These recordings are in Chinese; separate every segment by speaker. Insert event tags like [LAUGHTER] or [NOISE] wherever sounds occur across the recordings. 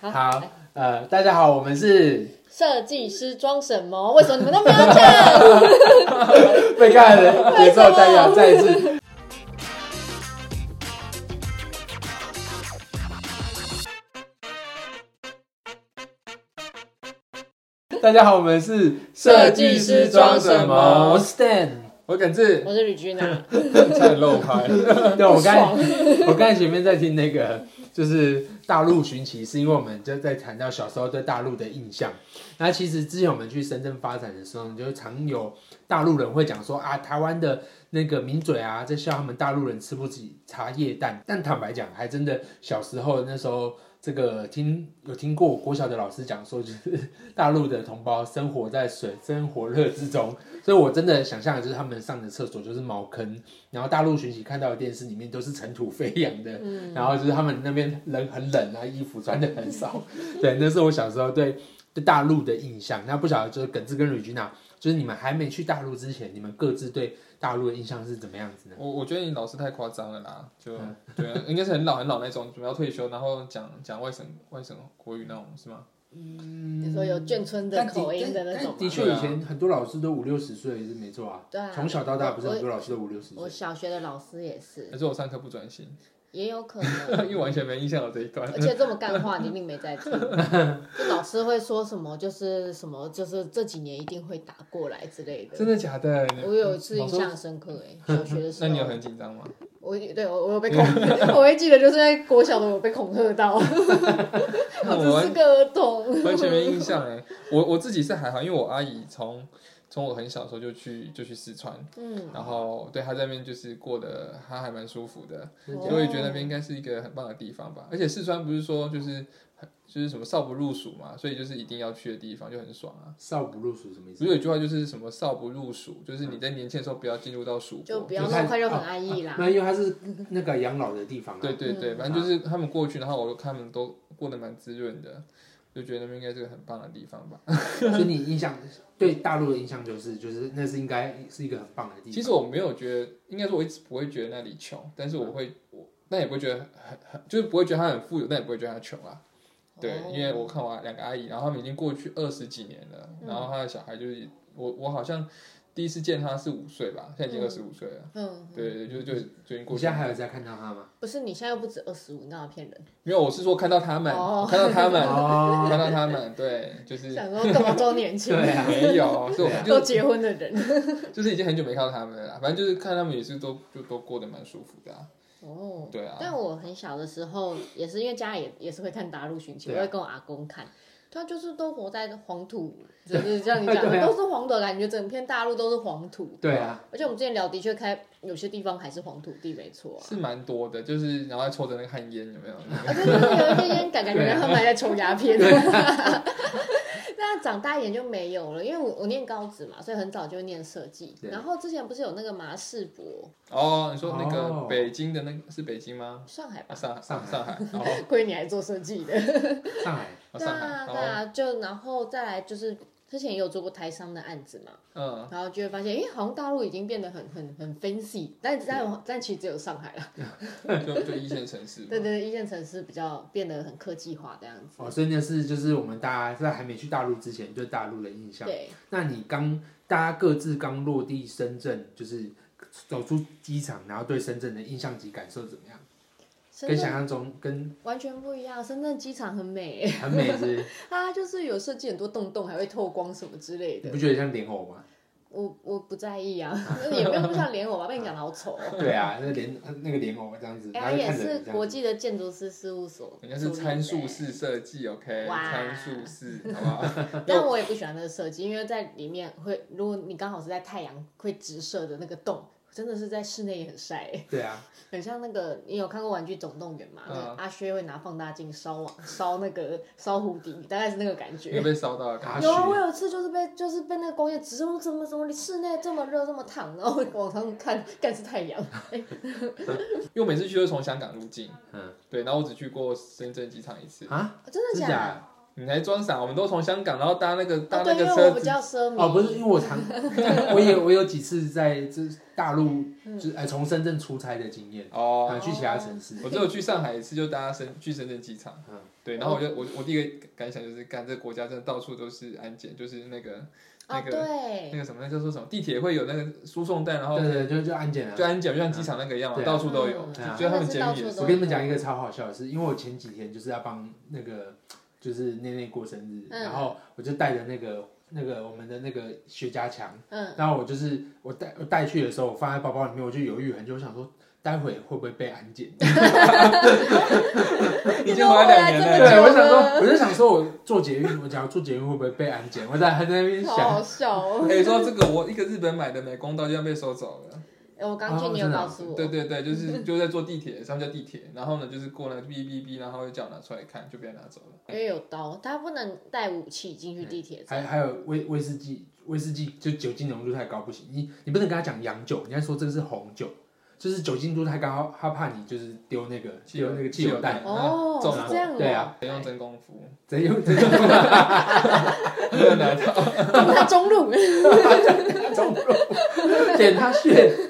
Speaker 1: 好，呃，大家好，我们 [LAUGHS] 是
Speaker 2: 设计师装什么？为什么你们都没有
Speaker 1: [LAUGHS]
Speaker 2: 讲？
Speaker 1: 被盖的节奏再要再一次。大家好，我们是
Speaker 2: 设计师装什么
Speaker 1: 我是 Stan，我耿志
Speaker 2: 我，是吕君啊娜，
Speaker 3: 太露开了。
Speaker 1: 对我刚才
Speaker 2: 爽
Speaker 1: 我刚才前面在听那个就是大陆寻奇，是因为我们就在谈到小时候对大陆的印象。那其实之前我们去深圳发展的时候，就常有大陆人会讲说啊，台湾的那个名嘴啊，在笑他们大陆人吃不起茶叶蛋。但坦白讲，还真的小时候那时候。这个听有听过我国小的老师讲说，就是 [LAUGHS] 大陆的同胞生活在水深火热之中，所以我真的想象的就是他们上的厕所就是茅坑，然后大陆巡奇看到的电视里面都是尘土飞扬的，
Speaker 2: 嗯
Speaker 1: 然后就是他们那边人很冷啊，衣服穿的很
Speaker 2: [LAUGHS]
Speaker 1: 少，对，那是我小时候对对大陆的印象。那不晓得就是耿志跟吕君娜，就是你们还没去大陆之前，你们各自对大陆的印象是怎么样子呢？
Speaker 3: 我我觉得你老师太夸张了啦，就
Speaker 2: 嗯
Speaker 3: [LAUGHS] 对啊，应该是很老很老那种，准备要退休，然后讲讲外省外省国语那种是吗？
Speaker 2: 你说有眷村
Speaker 1: 嗯
Speaker 2: 的
Speaker 1: 但的
Speaker 2: 口音的那种
Speaker 1: 但的
Speaker 2: 吗？
Speaker 1: 确，
Speaker 3: 对
Speaker 1: 以
Speaker 3: 啊
Speaker 1: 前很多老师都五六十岁是没错啊，
Speaker 2: 对啊
Speaker 1: 从小到大不是
Speaker 2: 我
Speaker 1: 很多老师都五六十
Speaker 2: 我
Speaker 1: 岁，
Speaker 2: 小学的老师也是，
Speaker 3: 还是我上课不专心， [LAUGHS]
Speaker 2: 也有可
Speaker 3: 因
Speaker 2: 能。
Speaker 3: 为完全没印象有这
Speaker 2: [LAUGHS]
Speaker 3: 一段
Speaker 2: 而。且这么干话，你一定没在听。就老师会说什么，就是什么，就是这几年一定会打过来之类的
Speaker 3: 真。的假的？
Speaker 2: 我有一次印
Speaker 3: 老师
Speaker 2: 象深刻，哎，小学的时
Speaker 3: 那
Speaker 2: 候。
Speaker 3: 你有很紧张
Speaker 2: [LAUGHS]
Speaker 3: 吗？
Speaker 2: 我对我我有被恐，我会记得就是在国小的我被恐吓到，我
Speaker 3: 那我
Speaker 2: 只是
Speaker 3: 完
Speaker 2: 个儿童。
Speaker 3: 完全没印象哎。我我自己是还好，因为我阿姨从从我很小的时候就去就去四川，
Speaker 2: 嗯，
Speaker 3: 然后对她在那边就是过得她还蛮舒服的。
Speaker 2: 哦
Speaker 1: 真的假
Speaker 3: 就
Speaker 1: 的
Speaker 3: 会觉得那边应该是一个很棒的地方吧。而且四川不是说就是很就是什么少不入蜀嘛，所以就是一定要去的地方就很爽啊。
Speaker 1: 少不入蜀什么意
Speaker 3: 不
Speaker 1: 思？
Speaker 3: 是有一句话就是什么少不入蜀，就是你在年轻的时候不要进入到蜀
Speaker 2: 就
Speaker 3: 国
Speaker 2: 不。要那么快就很安逸啦。
Speaker 1: 那因为他是那个养老的地方啊，
Speaker 3: 对对
Speaker 2: 嗯
Speaker 3: 对，反正就是他们过去，然后我看他们都过得蛮滋润的，就觉得那边应该是个很棒的地方吧。
Speaker 1: 所以你印象对大陆的印象就是，就是那是应该是一个很棒的地方。
Speaker 3: 其实我没有觉得，应该说我一直不会觉得那里穷，但是我会我但也不会觉得很很，就是不会觉得他很富有，但也不会觉得他穷啊。对，
Speaker 2: 哦
Speaker 3: 因为我看我两个阿姨，然后他们已经过去二十几年了，
Speaker 2: 嗯
Speaker 3: 然后他的小孩就是我，我好像第一次见他是五岁吧，现在已经二十五岁了。
Speaker 2: 嗯，
Speaker 3: 对对，对就就最近过
Speaker 1: 我
Speaker 3: 去
Speaker 1: 现在还有在看到他吗？
Speaker 2: 不是你现在又不止二十五，你干嘛骗人？
Speaker 3: 没有，我是说看到他们，
Speaker 2: [LAUGHS] 哦
Speaker 3: 我看到他们，
Speaker 1: 哦，
Speaker 3: 看到他们，对，就是
Speaker 2: 想说干嘛装年
Speaker 1: [LAUGHS]
Speaker 2: 轻？
Speaker 1: 对啊，
Speaker 3: 没有，是我们
Speaker 2: [LAUGHS] 都
Speaker 3: 就
Speaker 2: 结婚的人。
Speaker 3: 就是已经很久没看到他们了啦，反正就是看他们也是都就都过得蛮舒服的、啊，
Speaker 2: 哦。
Speaker 3: 对啊，
Speaker 2: 但我很小的时候，也是因为家里也也是会看《大陆寻奇》，
Speaker 1: 对
Speaker 2: 我
Speaker 1: 啊
Speaker 2: 会跟我阿公
Speaker 1: [LAUGHS]
Speaker 2: 看。他就是都活在黄土，就是像你讲
Speaker 1: [LAUGHS] 对
Speaker 2: 的，
Speaker 1: 啊
Speaker 2: 都是黄土的感觉，整片大陆都是黄土。
Speaker 1: [LAUGHS] 对啊，
Speaker 2: 而且我们之前聊，的确开有些地方还是黄土地，没错啊。
Speaker 3: 是蛮多的，就是然后还抽着那个旱烟，有没有？
Speaker 2: 而且就是有一些烟感，感觉
Speaker 3: 啊
Speaker 2: 他们还在抽
Speaker 3: [LAUGHS]
Speaker 2: 鸦片。 [LAUGHS] 那长大一点就没有了，因为我我念高职嘛，所以很早就念设计。
Speaker 1: 对
Speaker 2: 然后之前不是有那个麻世博，
Speaker 3: 哦，你说那个
Speaker 1: 哦
Speaker 3: 北京的那个是北京吗？
Speaker 2: 上海吧
Speaker 3: 啊，，上
Speaker 1: 上海
Speaker 3: 上海，哦，
Speaker 2: 亏你还做设计的。
Speaker 1: 上海
Speaker 3: 哦
Speaker 2: 对
Speaker 3: 上
Speaker 2: 啊，
Speaker 3: 海，
Speaker 2: 对
Speaker 3: 哦。
Speaker 2: 啊，就然后再来就是之前也有做过台商的案子嘛，
Speaker 3: 嗯，
Speaker 2: 然后就会发现，诶，好像大陆已经变得很很很 fancy，但但但其实只有上海啦。
Speaker 3: 嗯就就一线城市嘛，
Speaker 2: 对对对，一线城市比较变得很科技化这样子。
Speaker 1: 哦，所以那是就是我们大家在还没去大陆之前对大陆的印象。
Speaker 2: 对，
Speaker 1: 那你刚大家各自刚落地深圳，就是走出机场，然后对深圳的印象及感受怎么样？
Speaker 2: 深
Speaker 1: 跟
Speaker 2: 圳
Speaker 1: 想象中
Speaker 2: [LAUGHS]
Speaker 1: 跟
Speaker 2: 完全不一样，深圳机场很美。
Speaker 1: 很美是不是，
Speaker 2: 它啊就是有设计很多洞洞，还会透光什么之类
Speaker 1: 你
Speaker 2: 的
Speaker 3: 嗯
Speaker 1: 不。觉得像莲藕吗？
Speaker 2: 我我不在意
Speaker 3: [LAUGHS]
Speaker 2: 啊，也没有不像莲藕吧，被你讲的好丑哦。
Speaker 1: 对啊，那莲那个莲藕这样子，
Speaker 2: 哎、
Speaker 1: 然
Speaker 2: 它
Speaker 1: 后就
Speaker 2: 也
Speaker 1: 看着
Speaker 2: 是
Speaker 1: 你这
Speaker 2: 国
Speaker 1: 样子。
Speaker 2: 际的建筑师事务所，
Speaker 3: 人家是参数， [LAUGHS] 式设计，OK，
Speaker 2: 哇
Speaker 3: 参数式，好不好？
Speaker 2: [LAUGHS] 但我也不喜欢那个设计，因为在里面会，如果你刚好是在太阳会直射的那个洞，真的是在室内也很晒、
Speaker 1: 对啊，
Speaker 2: 很像那个你有看过《玩具总动员》吗？那个
Speaker 3: 嗯
Speaker 2: 阿薛会拿放大镜烧网烧那个烧蝴蝶，大概是那个感
Speaker 3: 有
Speaker 2: 觉。
Speaker 3: 被烧到的感
Speaker 1: 阿
Speaker 3: 觉
Speaker 2: 有
Speaker 1: 雪
Speaker 2: 啊，我有一次就是被就是被那个光线直射，我怎么怎么室内这么热这么烫，然后往上看，干是太
Speaker 1: [LAUGHS]
Speaker 2: 阳。
Speaker 3: 因为我每次去都是从香港入境，
Speaker 1: 嗯
Speaker 3: 对，然后我只去过深圳机场一次，
Speaker 1: 啊，
Speaker 2: 真的
Speaker 1: 真
Speaker 2: 假
Speaker 1: 假
Speaker 2: 的？
Speaker 1: 的？
Speaker 3: 你还装傻？我们都从香港，然后搭那个搭
Speaker 2: 哦，
Speaker 3: 那
Speaker 2: 对，因
Speaker 3: 个
Speaker 2: 为
Speaker 3: 车
Speaker 2: 我比
Speaker 3: 子，
Speaker 2: 较奢靡。
Speaker 1: 哦，不是，因为我
Speaker 2: [LAUGHS]
Speaker 1: 常，我也我有几次在这大陆，
Speaker 2: 嗯
Speaker 1: 就是呃从深圳出差的经验，
Speaker 3: 哦，
Speaker 1: 啊，去其他城市，
Speaker 3: 我只有去上海一次，就搭深去深圳机场
Speaker 1: 嗯，
Speaker 3: 对，然后我就我我第一个感想就是，干这个国家真的到处都是安检，就是那个那
Speaker 2: 哦，
Speaker 3: 个那
Speaker 2: 对，
Speaker 3: 个什么，那叫做什么，地铁会有那个输送带，然后
Speaker 1: 对对，就就安检啊了
Speaker 3: 就。安检，就像机场那个一样嘛，
Speaker 1: 对啊
Speaker 3: 到处都有，
Speaker 2: 嗯
Speaker 3: 就
Speaker 1: 对啊
Speaker 3: 就他们监狱也是
Speaker 2: 都
Speaker 1: 我跟你们讲一个超好笑的事，因为我前几天就是要帮那个就是内内过生日，
Speaker 2: 嗯
Speaker 1: 然后我就带着那个那个我们的那个雪茄枪。
Speaker 2: 嗯，
Speaker 1: 然后我就是我带我带去的时候，我放在包包里面，我就犹豫很久，我想说待会会不会被安检？
Speaker 3: 已经回来两年
Speaker 2: 那啊你
Speaker 3: 了
Speaker 2: 都回来这么久。
Speaker 1: 对，我想
Speaker 2: [LAUGHS]
Speaker 1: 说，我就想说我坐捷运，我讲坐捷运会不会被安检？我在还在那边
Speaker 2: 好
Speaker 1: 想，
Speaker 2: 好笑哦！
Speaker 3: 哎、说到这个，我一个日本买的美工刀就要被收走了。
Speaker 2: 哎我刚去，你有
Speaker 1: 哦真的
Speaker 2: 告
Speaker 1: 啊
Speaker 2: 诉我，
Speaker 3: 对对对，
Speaker 2: [LAUGHS]
Speaker 3: 就是就在坐地铁，上面叫地铁，然后呢，就是过那个哔哔哔，然后就叫我拿出来看，就被拿走了。
Speaker 2: 因为有刀，他不能带武器进去地铁
Speaker 1: 还
Speaker 2: 站。
Speaker 1: 还有威威士忌，威士忌就酒精浓度太高不行，你你不能跟他讲洋酒，你要说这个是红酒，就是酒精度太高，他怕你就是丢那个丢那个汽油弹，
Speaker 2: 哦，
Speaker 3: 中
Speaker 2: 是这样哦
Speaker 1: 哎对啊，
Speaker 2: [LAUGHS]
Speaker 3: 得用真功夫， [LAUGHS]
Speaker 1: 直接用这个
Speaker 3: 没有拿到。
Speaker 2: 懂他中
Speaker 1: [LAUGHS]
Speaker 2: 路，
Speaker 1: 中路点他血。 [LAUGHS]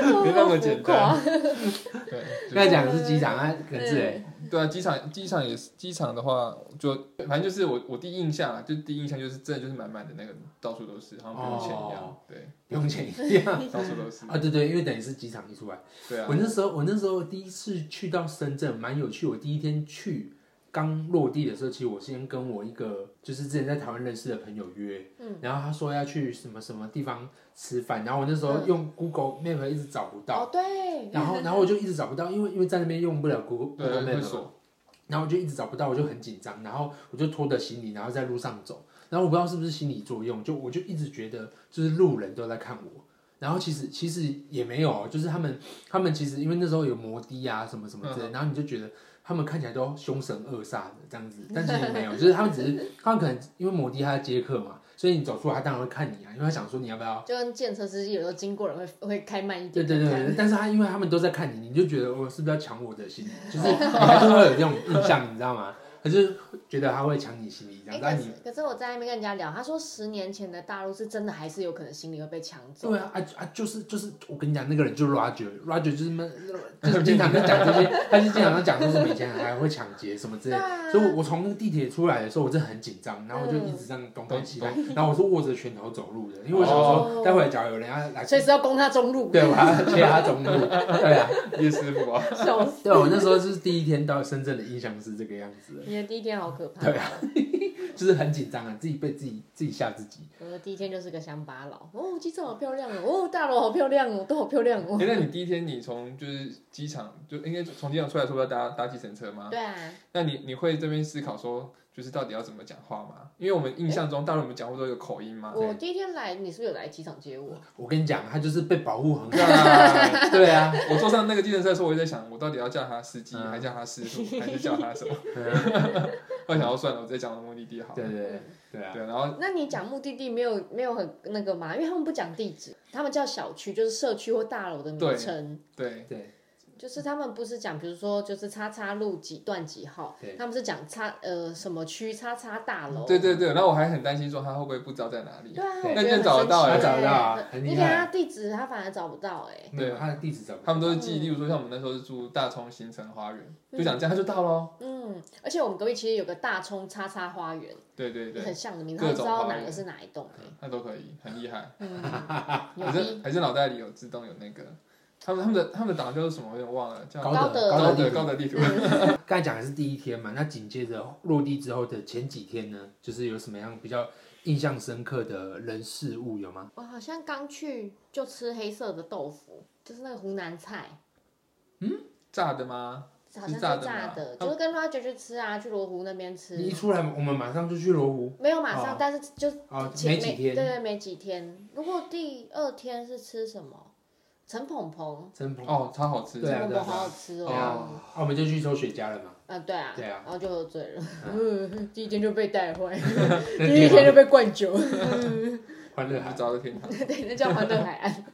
Speaker 3: 没那
Speaker 2: [LAUGHS]
Speaker 3: 么简单
Speaker 2: 哦好浮夸。
Speaker 3: 对，就
Speaker 1: 刚才讲的是机长啊，可是哎，
Speaker 3: 对啊，机场机场也是机场的话，就反正就是我我第一印象啊，就第一印象就是真的就是满满的那个，到处都是，好像不用钱一样。
Speaker 1: 哦
Speaker 3: 对，
Speaker 1: 不用钱 [LAUGHS] 一样
Speaker 3: 到处都是。
Speaker 1: 啊，对对，因为等于是机场一出来。
Speaker 3: 对啊
Speaker 1: 我，那时候，我那时候第一次去到深圳，蛮有趣。我第一天去刚落地的时候，其实我先跟我一个就是之前在台湾认识的朋友约，
Speaker 2: 嗯，
Speaker 1: 然后他说要去什么什么地方吃饭，然后我那时候
Speaker 3: 嗯
Speaker 1: 用 Google Map 一直找不到，
Speaker 2: 哦，对，
Speaker 1: 然后然后我就一直找不到，因为因为在那边用不了 Google
Speaker 3: 对
Speaker 1: Google
Speaker 3: 会
Speaker 1: Map，嘛
Speaker 3: 锁。
Speaker 1: 然后我就一直找不到，我就很紧张，然后我就拖着行李，然后在路上走，然后我不知道是不是心理作用，就我就一直觉得就是路人都在看我，然后其实其实也没有哦，就是他们他们其实因为那时候有摩的啊什么什么之类的，然后你就觉得他们看起来都凶神恶煞的这样子，但其实没有，就是他们只是他们可能因为摩的他在接客嘛，所以你走出来他当然会看你啊，因为他想说你要不要。
Speaker 2: 就跟建车司机有时候经过人会会开慢一
Speaker 1: 对
Speaker 2: 点，
Speaker 1: 对
Speaker 2: 看
Speaker 1: 对，但是他因为他们都在看你，你就觉得我是不是要抢我的心理，就是你还是会有这种印象，你知道吗？可是觉得他会抢你心理这
Speaker 2: 哎、
Speaker 1: 样，但
Speaker 2: 可
Speaker 1: 你
Speaker 2: 是可是我在那边跟人家聊，他说十年前的大陆是真的还是有可能心理会被抢走。
Speaker 1: 对啊啊啊，就是就是，我跟你讲，那个人就是 Roger，Roger 就是闷，就是经常在讲这些，他就经常在讲说什么以前还会抢劫什么之类
Speaker 2: 对
Speaker 1: 的。
Speaker 2: 啊，
Speaker 1: 所以，我从那个地铁出来的时候，我真的很紧张，然后我就一直这样东看西看，然后我是握着拳头走路的，因为我想
Speaker 2: 哦
Speaker 1: 说，待会假如有人要来，
Speaker 2: 所以是要攻他中路，
Speaker 1: 对，啊我还要切他中路，对啊，
Speaker 3: 叶师傅 [LAUGHS] 啊，
Speaker 2: [LAUGHS] 笑死！
Speaker 1: 对，我那时候就是第一天到深圳的印象是这个样子的，
Speaker 2: 你的第一天好可怕，哦
Speaker 1: 对啊，就是很紧张啊，自己被自己自己吓自己。
Speaker 2: 我的第一天就是个乡巴佬。哦，机场好漂亮哦，哦，大楼好漂亮哦，都好漂亮哦。
Speaker 3: 哎，那你第一天你从就是机场，就应该从机场出来，说要搭搭计程车吗？
Speaker 2: 对啊，
Speaker 3: 那你你会这边思考说，就是到底要怎么讲话吗？因为我们印象中，大陆我们讲话都有口音
Speaker 1: 啊
Speaker 3: 嘛。
Speaker 2: 我第一天来，你是不是有来机场接我？
Speaker 1: 我跟你讲，他就是被保护很
Speaker 3: 对
Speaker 1: 好，
Speaker 3: 啊，
Speaker 1: 对啊，
Speaker 3: 我坐上那个计程车的时候，我也在想，我到底要叫他司机，
Speaker 1: 嗯
Speaker 3: 还叫他师
Speaker 1: [LAUGHS]
Speaker 3: 傅，还是叫他什么？
Speaker 1: 嗯
Speaker 3: 后来想要算了，我直接讲我的目的地好了。
Speaker 1: [LAUGHS] 对对对对啊。
Speaker 3: 对，然后
Speaker 2: 那你讲目的地没有没有很那个嘛？因为他们不讲地址，他们叫小区，就是社区或大楼的
Speaker 3: 对
Speaker 2: 名称，
Speaker 3: 对
Speaker 1: 对
Speaker 2: 就是他们不是讲，比如说就是叉叉路几段几号
Speaker 1: 对，
Speaker 2: 他们是讲叉呃什么区叉叉大楼。
Speaker 3: 对对对，然后我还很担心说他会不会不知道在哪里
Speaker 2: 对。啊，我
Speaker 1: 对
Speaker 2: 觉
Speaker 3: 那
Speaker 2: 得
Speaker 3: 你
Speaker 2: 很
Speaker 3: 找得到
Speaker 2: 神
Speaker 3: 欸
Speaker 2: 奇
Speaker 1: 他找得到啊很厉
Speaker 2: 你
Speaker 1: 害
Speaker 2: 给他地址，他反而找不到哎。
Speaker 1: 没有他的地址找不到
Speaker 3: 他们都是记，例如说像我们那时候是住大冲新城花园，就讲这样他就到喽。
Speaker 2: 嗯，而且我们隔壁其实有个大冲叉叉花园，
Speaker 3: 对对对
Speaker 2: 很，像的名字，
Speaker 3: 各
Speaker 2: 他知
Speaker 3: 种
Speaker 2: 道
Speaker 3: 花
Speaker 2: 哪
Speaker 3: 园啊
Speaker 2: 个是哪一栋哎。
Speaker 3: 那都可以，很厉害。
Speaker 2: 嗯，
Speaker 3: 还
Speaker 2: 牛
Speaker 3: 是
Speaker 2: 逼！
Speaker 3: 还是脑袋里有自动有那个，他们他们的他们的档案叫做什么，我有点忘了，叫
Speaker 1: 高
Speaker 2: 高
Speaker 1: 德
Speaker 2: 德
Speaker 1: 高
Speaker 3: 德
Speaker 1: 地
Speaker 3: 高德地图。
Speaker 1: 刚才讲的是第一天嘛，那紧接着落地之后的前几天呢，就是有什么样比较印象深刻的人事物有吗？
Speaker 2: 我好像刚去就吃黑色的豆腐，就是那个湖南菜。
Speaker 3: 炸的吗？
Speaker 2: 好像是
Speaker 3: 炸
Speaker 2: 炸
Speaker 3: 的吗
Speaker 2: 的，就是跟 Roger 去吃啊，去罗湖那边吃
Speaker 1: 你，一出来，我们马上就去罗湖
Speaker 2: 没有马上
Speaker 1: 哦，
Speaker 2: 但是就
Speaker 1: 啊，
Speaker 2: 前
Speaker 1: 没
Speaker 2: 没
Speaker 1: 几天，
Speaker 2: 对对，没几天。如果第二天是吃什么？陈鹏鹏，
Speaker 1: 真鹏
Speaker 3: 哦，超好吃。
Speaker 1: 对啊
Speaker 2: 陈鹏
Speaker 1: 对啊
Speaker 2: 鹏好好吃
Speaker 1: 对
Speaker 2: 哦
Speaker 1: 啊。，啊，我们就去抽雪茄了嘛，
Speaker 2: 啊，对啊，
Speaker 1: 对啊
Speaker 2: 然后就喝醉 [LAUGHS]
Speaker 1: [LAUGHS]
Speaker 2: 了，嗯，第一天就被带坏，
Speaker 1: 那 [LAUGHS]
Speaker 2: 第一天就被灌酒，
Speaker 1: 欢乐
Speaker 3: 就
Speaker 1: 海
Speaker 3: 找到天堂。
Speaker 2: 对，那叫欢乐海岸。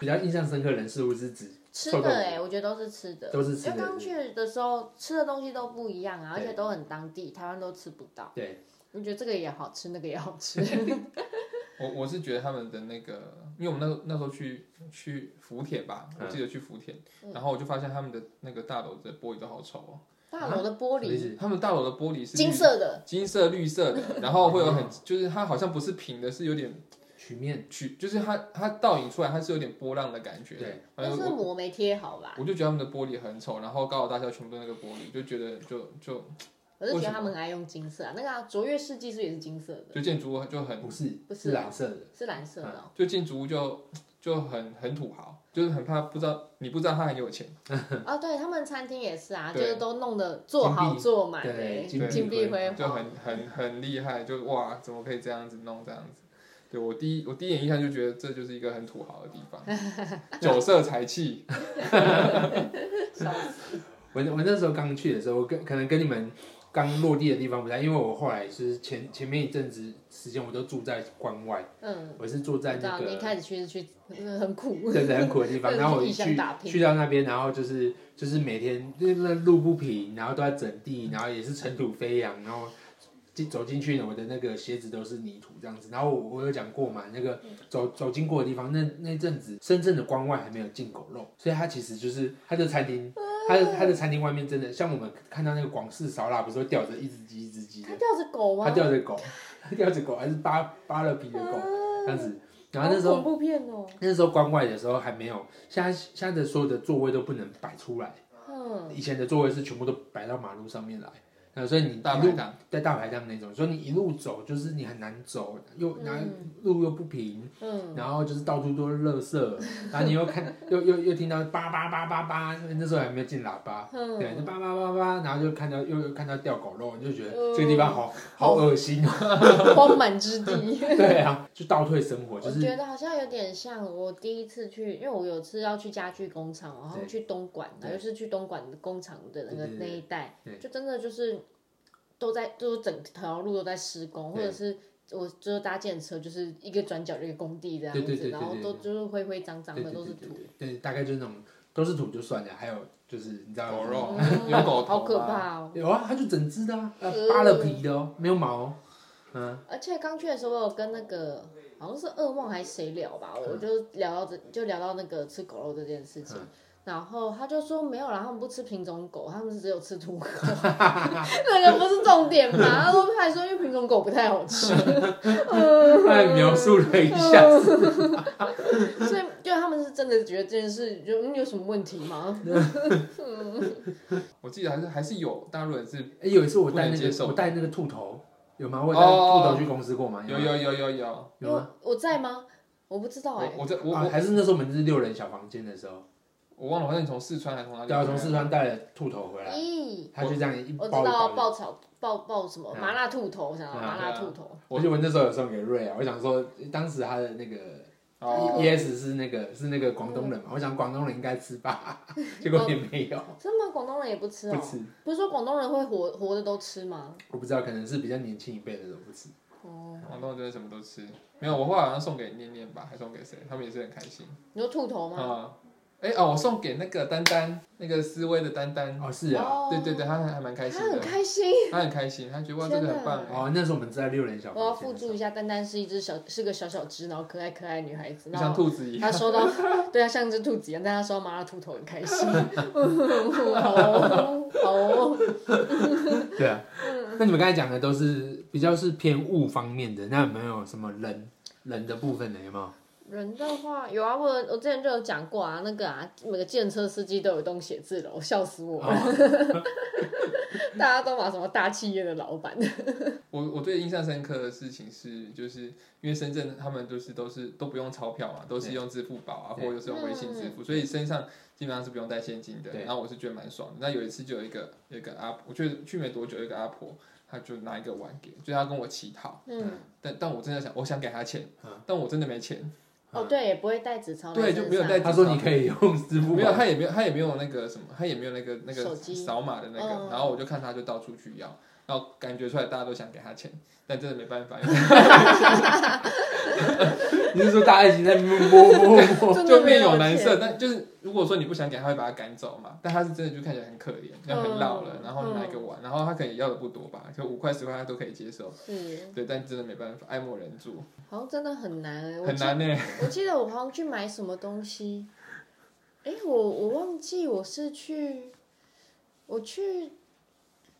Speaker 1: 比较印象深刻的人事物是指
Speaker 2: 吃
Speaker 1: 臭豆
Speaker 2: 的
Speaker 1: 腐
Speaker 2: 哎、我觉得都是吃的，
Speaker 1: 都是吃的
Speaker 2: 因为刚去的时候吃的东西都不一样啊，而
Speaker 1: 对
Speaker 2: 且都很当地，台湾都吃不到。
Speaker 1: 对，
Speaker 2: 我觉得这个也好吃，那个也好吃。
Speaker 1: [LAUGHS]
Speaker 3: 我我是觉得他们的那个，因为我们那时候那时候去去福田吧，我记得去福田，
Speaker 2: 嗯
Speaker 3: 然后我就发现他们的那个大楼的玻璃都好丑哦，
Speaker 2: 大楼的玻
Speaker 1: 什么意
Speaker 2: 璃、
Speaker 1: 思？
Speaker 3: 他们大楼的玻璃是绿
Speaker 2: 金、色的，
Speaker 3: 金色、绿色
Speaker 2: [LAUGHS]
Speaker 3: 的，然后会有很，就是它好像不是平的，是有点
Speaker 1: 曲面
Speaker 3: 曲，就是它它倒影出来，它是有点波浪的感觉。
Speaker 1: 对，
Speaker 3: 反
Speaker 2: 但
Speaker 3: 正
Speaker 2: 是
Speaker 3: 我
Speaker 2: 膜没贴好吧？
Speaker 3: 我就觉得他们的玻璃很丑，然后高楼大厦全部都那个玻璃，就觉得就就
Speaker 2: 我是觉
Speaker 3: 为什
Speaker 2: 得
Speaker 3: 么
Speaker 2: 他们很爱用金色啊，那个啊卓越世纪是不是也是金色的？
Speaker 3: 就建筑物就很
Speaker 1: 不是
Speaker 2: 不是
Speaker 1: 是蓝色的，
Speaker 2: 是蓝色
Speaker 1: 啊
Speaker 2: 的哦、
Speaker 3: 就建筑物就就很很土豪，就是很怕不知道你不知道他很有钱，
Speaker 2: 哦，对他们餐厅也是啊，就
Speaker 3: 对
Speaker 2: 是都弄得做好
Speaker 1: 金币
Speaker 2: 做满
Speaker 1: 对
Speaker 2: 欸
Speaker 1: 金
Speaker 3: 币
Speaker 2: 金碧辉
Speaker 3: 就
Speaker 2: 煌。
Speaker 3: 很很很厉害，就哇怎么可以这样子弄这样子？对我第一我第一眼印象就觉得这就是一个很土豪的地方，
Speaker 2: [LAUGHS]
Speaker 3: 酒色财气，
Speaker 1: 我我那时候刚去的时候，我跟可能跟你们刚落地的地方不太，因为我后来是前前面一阵子时间我都住在关外，
Speaker 2: 嗯，
Speaker 1: 我是住在
Speaker 2: 你知
Speaker 1: 那
Speaker 2: 道
Speaker 1: 个
Speaker 2: 你一开始去是去嗯
Speaker 1: [LAUGHS]
Speaker 2: 很苦，
Speaker 1: 真的很苦的地
Speaker 2: [LAUGHS]
Speaker 1: 方，
Speaker 2: 那
Speaker 1: 然后我
Speaker 2: 异
Speaker 1: 一
Speaker 2: 乡
Speaker 1: 去
Speaker 2: 打拼
Speaker 1: 去到那边，然后就是就是每天就是那路不平，然后都在整地，然后也是尘土飞扬，然后进走进去呢，我的那个鞋子都是泥土这样子。然后我我有讲过嘛，那
Speaker 2: 嗯
Speaker 1: 个走走经过的地方，那那阵子深圳的关外还没有进口肉，所以它其实就是它的餐厅，
Speaker 2: 啊
Speaker 1: 它的它的餐厅外面真的像我们看到那个广式烧腊，不是会吊着一只鸡一只鸡的
Speaker 2: 他，吊着狗啊吗？
Speaker 1: 它吊着狗， [LAUGHS] 吊着狗还是扒扒了皮的狗这样子。然后那时候
Speaker 2: 好恐怖片
Speaker 1: [LAUGHS]
Speaker 2: 哦，
Speaker 1: 那时候关外的时候还没有，现在现在的所有的座位都不能摆出来，
Speaker 2: 嗯，
Speaker 1: 以前的座位是全部都摆到马路上面来，那所以你
Speaker 3: 大
Speaker 1: 一
Speaker 3: 排
Speaker 1: 路
Speaker 3: 档，
Speaker 1: 在大排档那种，所以你一路走就是你很难走，又然后
Speaker 2: 嗯
Speaker 1: 路又不平，
Speaker 2: 嗯，
Speaker 1: 然后就是到处都是垃
Speaker 2: [LAUGHS]
Speaker 1: 圾，然后你又看又又又听到叭叭叭叭叭，那时候还没有进喇叭。
Speaker 2: 嗯，
Speaker 1: 对，就叭叭叭叭，然后就看到又又看到掉狗肉，你就觉得
Speaker 2: 嗯
Speaker 1: 这个地方好好恶心
Speaker 2: [LAUGHS]
Speaker 1: 哦。
Speaker 2: 荒蛮之地。
Speaker 1: 对啊，就倒退生活，就
Speaker 2: 我
Speaker 1: 是
Speaker 2: 觉得好像有点像我第一次去，因为我有次要去家具工厂，然后
Speaker 1: 对
Speaker 2: 去东莞，然后就是去东莞的工厂的那
Speaker 1: 对
Speaker 2: 个
Speaker 1: 对对
Speaker 2: 那一带
Speaker 1: 对，
Speaker 2: 就真的就是都在，就是整条路都在施工，或
Speaker 1: 对
Speaker 2: 者是我就是搭建车，就是一个转角就一个工地这样
Speaker 1: 对对对
Speaker 2: 子，
Speaker 1: 对
Speaker 2: 然后
Speaker 1: 对
Speaker 2: 都就是灰灰脏脏
Speaker 1: 对
Speaker 2: 的，
Speaker 1: 对
Speaker 2: 都是
Speaker 1: 对对
Speaker 2: 土，
Speaker 1: 对，对，大概就是那种都是土就算了，还有就是你知道
Speaker 3: 狗肉
Speaker 2: 嗯
Speaker 3: 有狗头
Speaker 2: 好可
Speaker 3: 啊
Speaker 2: 怕哦！
Speaker 1: 有啊，它就整只的、啊，呃
Speaker 2: 呃
Speaker 1: 扒了皮的哦，没有毛、哦，嗯，
Speaker 2: 而且刚去的时候，我有跟那个好像是噩梦还是谁聊吧，我就聊到这，就聊到那个吃狗肉这件事情。然后他就说没有啦，他们不吃品种狗，他们只有吃土狗，那个不是重点嘛。他说还说因为品种狗不太好吃，
Speaker 1: 它也描述了一下，
Speaker 2: 呃所以就他们是真的觉得这件事就嗯有什么问题吗？
Speaker 3: 我记得还是还是有大陆人是
Speaker 1: 哎有一次我带
Speaker 3: 不能
Speaker 1: 那
Speaker 3: 接
Speaker 1: 个
Speaker 3: 受
Speaker 1: 我带那个兔头，有吗？我有带
Speaker 3: 哦
Speaker 1: 兔头去公司过吗？
Speaker 3: 有
Speaker 1: 吗
Speaker 3: 有有有有，
Speaker 1: 有
Speaker 2: 因为
Speaker 1: 吗？
Speaker 2: 我在吗？我不知道哎、
Speaker 3: 我我在我
Speaker 1: 啊，
Speaker 3: 我
Speaker 1: 还是那时候我们是六人小房间的时候，
Speaker 3: 我忘了，好像你从四川还是从哪里？
Speaker 1: 对啊，从四。川带了兔头回来，
Speaker 2: 咦，
Speaker 1: 他就这样一
Speaker 2: 我
Speaker 1: 包一
Speaker 2: 知
Speaker 1: 包
Speaker 2: 道
Speaker 1: 的。
Speaker 2: 爆炒爆爆什么
Speaker 1: 嗯
Speaker 2: 麻辣兔头，我想到
Speaker 1: 嗯
Speaker 2: 麻辣
Speaker 3: 对啊
Speaker 2: 兔头，
Speaker 1: 而且我那时候有送给瑞啊，我想说，当时他的那个
Speaker 3: 哦，
Speaker 2: 哎
Speaker 1: ES 是那个是那个广东人嘛，我想广东人应该吃吧， [LAUGHS] 结果也没有，
Speaker 2: 真的吗？广东人也不吃哦、
Speaker 1: 不吃。
Speaker 2: 不是说广东人会活活的都吃吗？
Speaker 1: 我不知道，可能是比较年轻一辈的人不吃。
Speaker 2: 哦，
Speaker 3: 广东人真的什么都吃。没有，我后来好像送给念念吧，还送给谁？他们也是很开心。
Speaker 2: 你说兔头吗？
Speaker 3: 啊，哎哦，我送给那个丹丹，那个思威的丹丹。
Speaker 1: 哦，是啊，
Speaker 2: 哦
Speaker 3: 对对对，，他还还蛮开心
Speaker 2: 他很
Speaker 3: 的，
Speaker 2: 开心。
Speaker 3: 他很开心，他觉得哇，这个很棒哎。
Speaker 1: 哦，那时候我们在六人小
Speaker 2: 我要
Speaker 1: 房间
Speaker 2: 附
Speaker 1: 的时
Speaker 2: 注
Speaker 1: 候。
Speaker 2: 一下，丹丹是一只小，是个小小只，然后可爱可爱的女孩子。
Speaker 3: 就
Speaker 2: 然
Speaker 3: 像
Speaker 2: 后
Speaker 3: 兔子一样，
Speaker 2: 她收到， [LAUGHS] 对啊，像一只兔子一样，但她收到麻辣兔头很开
Speaker 3: [LAUGHS]
Speaker 2: 心。好哦，好哦，
Speaker 1: 对啊，
Speaker 2: 嗯
Speaker 1: 那你们刚才讲的都是比较是偏物方面的，那有没有什么人人的部分呢？有没有？
Speaker 2: 人的话有啊，我我之前就有讲过啊，那个啊，每个建车司机都有一栋写字楼，笑死
Speaker 1: 哦
Speaker 2: 我
Speaker 3: 啊
Speaker 2: 了。大家都把什么大企业的老板，
Speaker 3: 我我最印象深刻的事情是，就是因为深圳他们就是都是都不用钞票嘛，都是用支付宝啊，
Speaker 1: 对
Speaker 3: 或者是用微信支
Speaker 2: 嗯
Speaker 3: 付，所以身上基本上是不用带现金的。
Speaker 1: 对
Speaker 3: 然后我是觉得蛮爽的。那有一次就有一个有一个阿婆，我觉得去没多久，有一个阿婆，她就拿一个碗给，就是她跟我乞讨，
Speaker 2: 嗯，
Speaker 3: 但但我真的想，我想给她钱
Speaker 1: 嗯，
Speaker 3: 但我真的没钱，
Speaker 2: 哦，对，也不会带纸钞在
Speaker 3: 啊对
Speaker 2: 身上，
Speaker 3: 就没有带
Speaker 1: 他说你可以用支付
Speaker 3: 没有，
Speaker 1: 宝，
Speaker 3: 她也没有，她也没有那个什么，她也没有那个那个
Speaker 2: 手机
Speaker 3: 扫码的那个
Speaker 2: 嗯，
Speaker 3: 然后我就看她就到处去要，然后感觉出来大家都想给他钱，但真的没办法，因为
Speaker 1: [LAUGHS] 你是说大家已经在摸摸摸摸？
Speaker 2: 真的
Speaker 3: 哦就
Speaker 2: 没
Speaker 3: 面有
Speaker 2: 有
Speaker 3: 难
Speaker 2: 钱
Speaker 3: 色。但就是如果说你不想给他，会把他赶走嘛。但他是真的就看起来很可怜，然后很老了
Speaker 2: 嗯，
Speaker 3: 然后拿一个碗，然后他可能要的不多吧，就五块十块他都可以接受。
Speaker 2: 是，
Speaker 3: 对，但真的没办法，爱莫能助，
Speaker 2: 好像真的很难哎、我
Speaker 3: 很
Speaker 2: 记
Speaker 3: 难呢、欸
Speaker 2: 我记得我好像去买什么东西，哎、我我忘记我是去，我去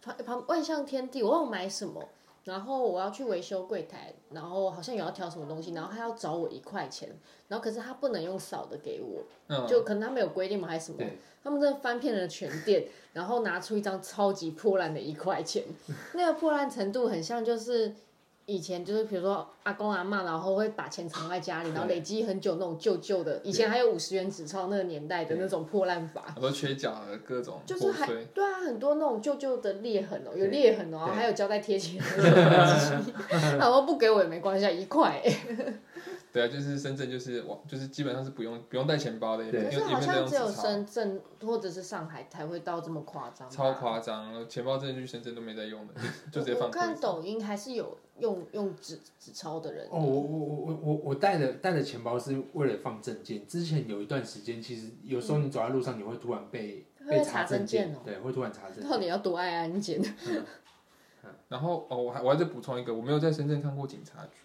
Speaker 2: 旁旁万象天地，我忘了买什么，然后我要去维修柜台，然后好像有要挑什么东西，然后他要找我一块钱，然后可是他不能用扫的给我，
Speaker 3: 嗯，
Speaker 2: 就可能他们有规定嘛还是什么
Speaker 1: 对，
Speaker 2: 他们真的翻遍了全店，然后拿出一张超级破烂的一块
Speaker 3: [LAUGHS]
Speaker 2: 钱，那个破烂程度很像就是以前就是比如说阿公阿妈，然后会把钱藏在家里，然后累积很久那种旧旧的，以前还有五十元纸钞那个年代的那种破烂法。
Speaker 3: 很多缺角的各种
Speaker 2: 就是
Speaker 3: 破
Speaker 2: 还
Speaker 3: 碎，
Speaker 2: [LAUGHS] 对啊，很多那种旧旧的裂痕哦、有
Speaker 1: 对
Speaker 2: 裂痕哦、
Speaker 1: 对
Speaker 2: 还有胶带贴起
Speaker 3: [LAUGHS]
Speaker 2: 来的东西，然后不给我也没关系，啊，一块、欸。
Speaker 3: 对啊，就是深圳就是网，就是基本上是不用不用带钱包的，也
Speaker 1: 对
Speaker 3: 没
Speaker 2: 欸可
Speaker 3: 有
Speaker 2: 是
Speaker 3: 也
Speaker 2: 好
Speaker 3: 没有在
Speaker 2: 像
Speaker 3: 用
Speaker 2: 只有
Speaker 3: 纸钞，
Speaker 2: 深圳或者是上海才会到这么夸张吧，
Speaker 3: 超夸张，钱包真的去深圳都没在用的，就就直接
Speaker 2: 我
Speaker 3: 放
Speaker 2: 我
Speaker 3: 柜子。
Speaker 2: 看抖音还是有用用纸纸钞的人，
Speaker 1: 哦，我我我我我我带的带的钱包是为了放证件。之前有一段时间，其实有时候你走在路上，你会突然被
Speaker 2: 会
Speaker 1: 被
Speaker 2: 被查
Speaker 1: 证
Speaker 2: 证件
Speaker 1: 件
Speaker 2: 哦，
Speaker 1: 对，会突然查证
Speaker 2: 到
Speaker 1: 件。
Speaker 2: 底要多爱安检？
Speaker 3: 然后哦，我还我还再补充一个，我没有在深圳看过警察局。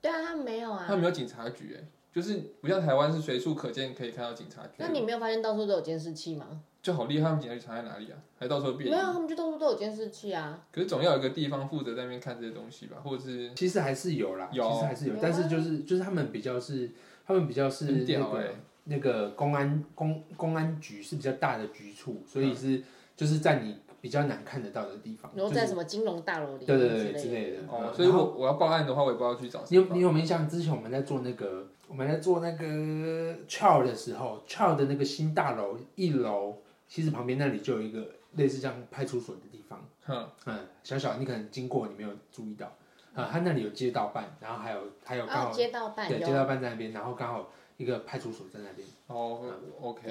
Speaker 2: 对啊，他没有
Speaker 3: 他
Speaker 2: 啊。
Speaker 3: 没有警察局、欸，就是不像台湾是随处可见可以看到警察局，
Speaker 2: 那你没有发现到处都有监视器吗？
Speaker 3: 就好厉害。他们警察局藏在哪里啊？还到时候
Speaker 2: 没
Speaker 3: 变
Speaker 2: 有
Speaker 3: 异。
Speaker 2: 啊，他们就到处都有监视器啊。
Speaker 3: 可是总要有一个地方负责在那边看这些东西吧，或者是
Speaker 1: 其实还是有啦，
Speaker 3: 有
Speaker 1: 其实还是有
Speaker 2: 有，啊
Speaker 1: 但是就是就是他们比较是他们比较是
Speaker 3: 很
Speaker 1: 那
Speaker 3: 屌
Speaker 1: 个、
Speaker 3: 欸
Speaker 1: 那个公安公公安局是比较大的局处，所以是、就是在你比较难看得到的地方，
Speaker 2: 然后
Speaker 1: 就
Speaker 2: 在
Speaker 1: 是
Speaker 2: 什么金融大楼里
Speaker 1: 对
Speaker 2: 面
Speaker 1: 对
Speaker 2: 之
Speaker 1: 对
Speaker 2: 类
Speaker 1: 之类的。
Speaker 3: 哦
Speaker 1: 嗯，
Speaker 3: 所以
Speaker 1: 然
Speaker 3: 我
Speaker 1: 后
Speaker 3: 我要报案的话，我也不知道去找
Speaker 1: 你
Speaker 3: 谁
Speaker 1: 有
Speaker 3: 报。
Speaker 1: 你有没有像之前我们在做那个我们在做那个 Chow 的时候，Chow 的那个新大楼一楼，其实旁边那里就有一个类似像派出所的地方。
Speaker 3: 哼，
Speaker 1: 嗯，小小你可能经过，你没有注意到，啊、他那里有街道办，然后还有还有刚
Speaker 2: 啊，
Speaker 1: 好、
Speaker 2: 街道办
Speaker 1: 对
Speaker 2: 有
Speaker 1: 街，道办在那边，然后刚好一个派出所在那边，
Speaker 3: 哦
Speaker 2: 可是